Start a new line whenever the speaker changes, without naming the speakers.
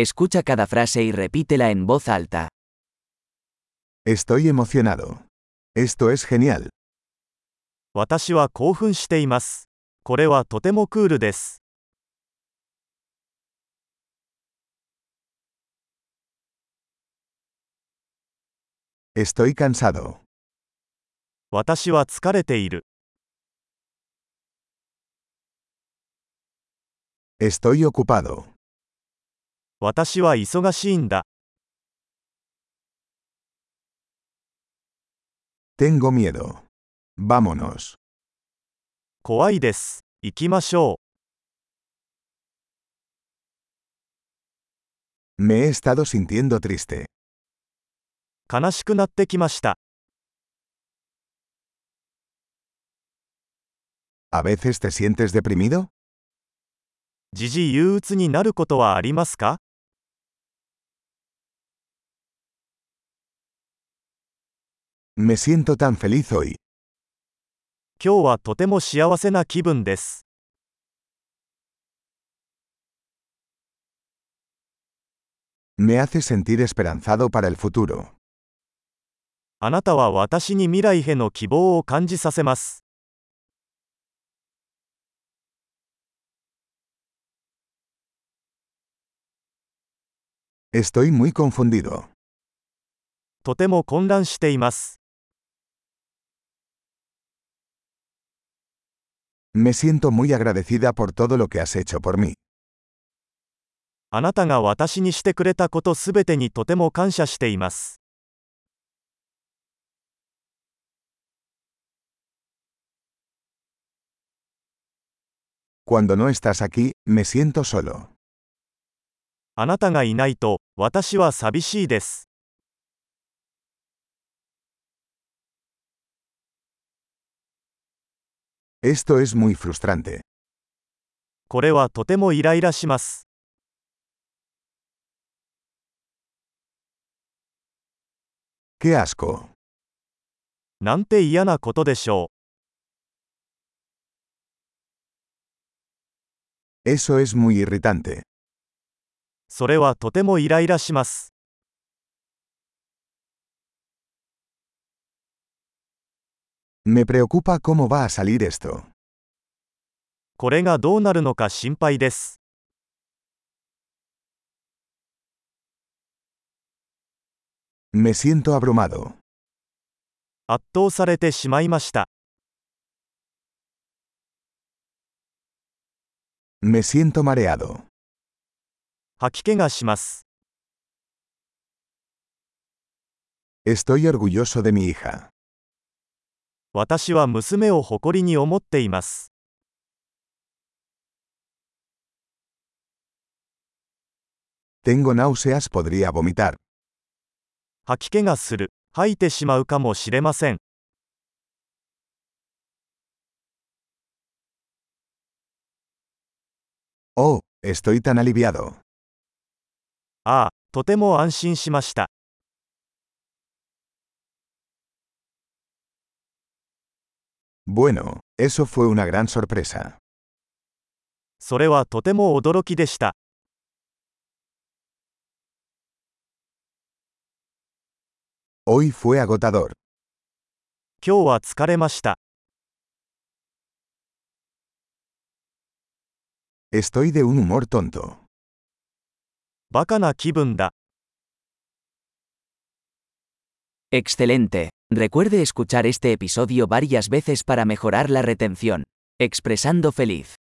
Escucha cada frase y repítela en voz alta.
Estoy emocionado. Esto es genial.
私は興奮しています。これはとてもクールです。
Estoy cansado.
私は疲れている。
Estoy ocupado.
私は忙しいんだ。
Tengo miedo. Vámonos.
怖いです。行きましょ
Me he estado sintiendo triste.
う。悲しくなってきました。
¿A veces te sientes deprimido?
時々憂鬱になることはありますか
Me siento tan feliz hoy.
今日はとても幸せな気分です。
Me hace sentir esperanzado para el futuro.
あなたは私に未来への希望を感じさせます。
Estoy muy confundido.
とても混乱しています。
Me siento muy agradecida por todo lo que has hecho por mí.
あなたが私にしてくれたことすべてにとても感謝しています。
Cuando no estás aquí, me siento solo.
あなたがいないと、私は寂しいです。
Esto es muy frustrante.
これはとてもイライラします。
¡Qué asco!
なんて嫌なことでしょ
Eso es muy irritante.
う。それはとてもイライラします。
Me preocupa cómo va a salir esto.
これがどうなるのか心配です。
Me siento abrumado.
圧倒されてしまいました。
Me siento mareado.
吐き気がします。
Estoy orgulloso de mi hija.
私は娘を誇りに思っています。
Tengo náuseas, podría vomitar.
吐き気がする。吐いてしまうかもしれません。
Oh, estoy tan aliviado.
ああ、とても安心しました。
Bueno, eso fue una gran sorpresa.
それはとても驚きでした。
Hoy fue agotador.
今日は疲れました。
Estoy de un humor tonto.
バカな気分だ。
Excelente. Recuerde escuchar este episodio varias veces para mejorar la retención. Expresando feliz.